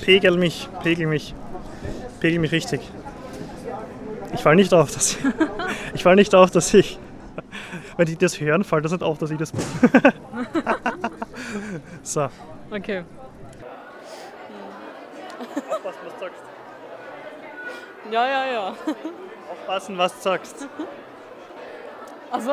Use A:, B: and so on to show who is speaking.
A: Pegel mich, pegel mich. Pegel mich richtig. Ich fall nicht auf, dass ich, ich fall nicht auf, dass ich. Wenn die das hören, fällt das nicht auf, dass ich das bin. so.
B: Okay.
A: Aufpassen, was du sagst.
B: Ja, ja, ja.
A: Aufpassen, was du sagst.
B: Also.